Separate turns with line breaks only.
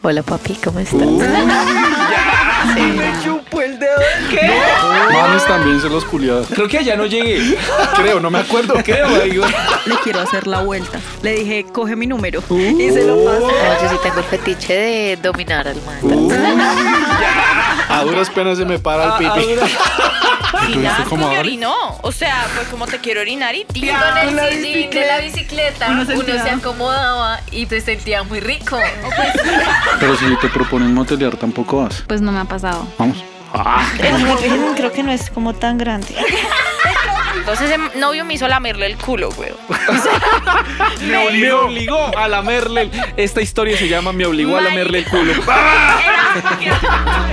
Hola papi, ¿cómo estás?
Me chupó el dedo del qué.
Mames también se los culiadas.
Creo que allá no llegué.
Creo, no me acuerdo.
Creo, amigo.
le quiero hacer la vuelta. Le dije, eh, coge mi número. Y se lo pasé.
No, yo sí tengo el fetiche de dominar al man.
A duras penas se me para el pipi.
Y ya,
Tuviste como
como que
ahora.
orinó. O sea, pues como te quiero orinar y tío.
con el sillín de la bicicleta uno, se acomodaba y te sentía muy rico.
Pero si te proponen motelear, tampoco vas.
Pues no me ha pasado.
Vamos.
Creo que no es como tan grande.
Entonces el novio me hizo lamerle el culo, güey.
Me obligó, a lamerle. el- Esta historia se llama Me obligó a lamerle el culo.
Era-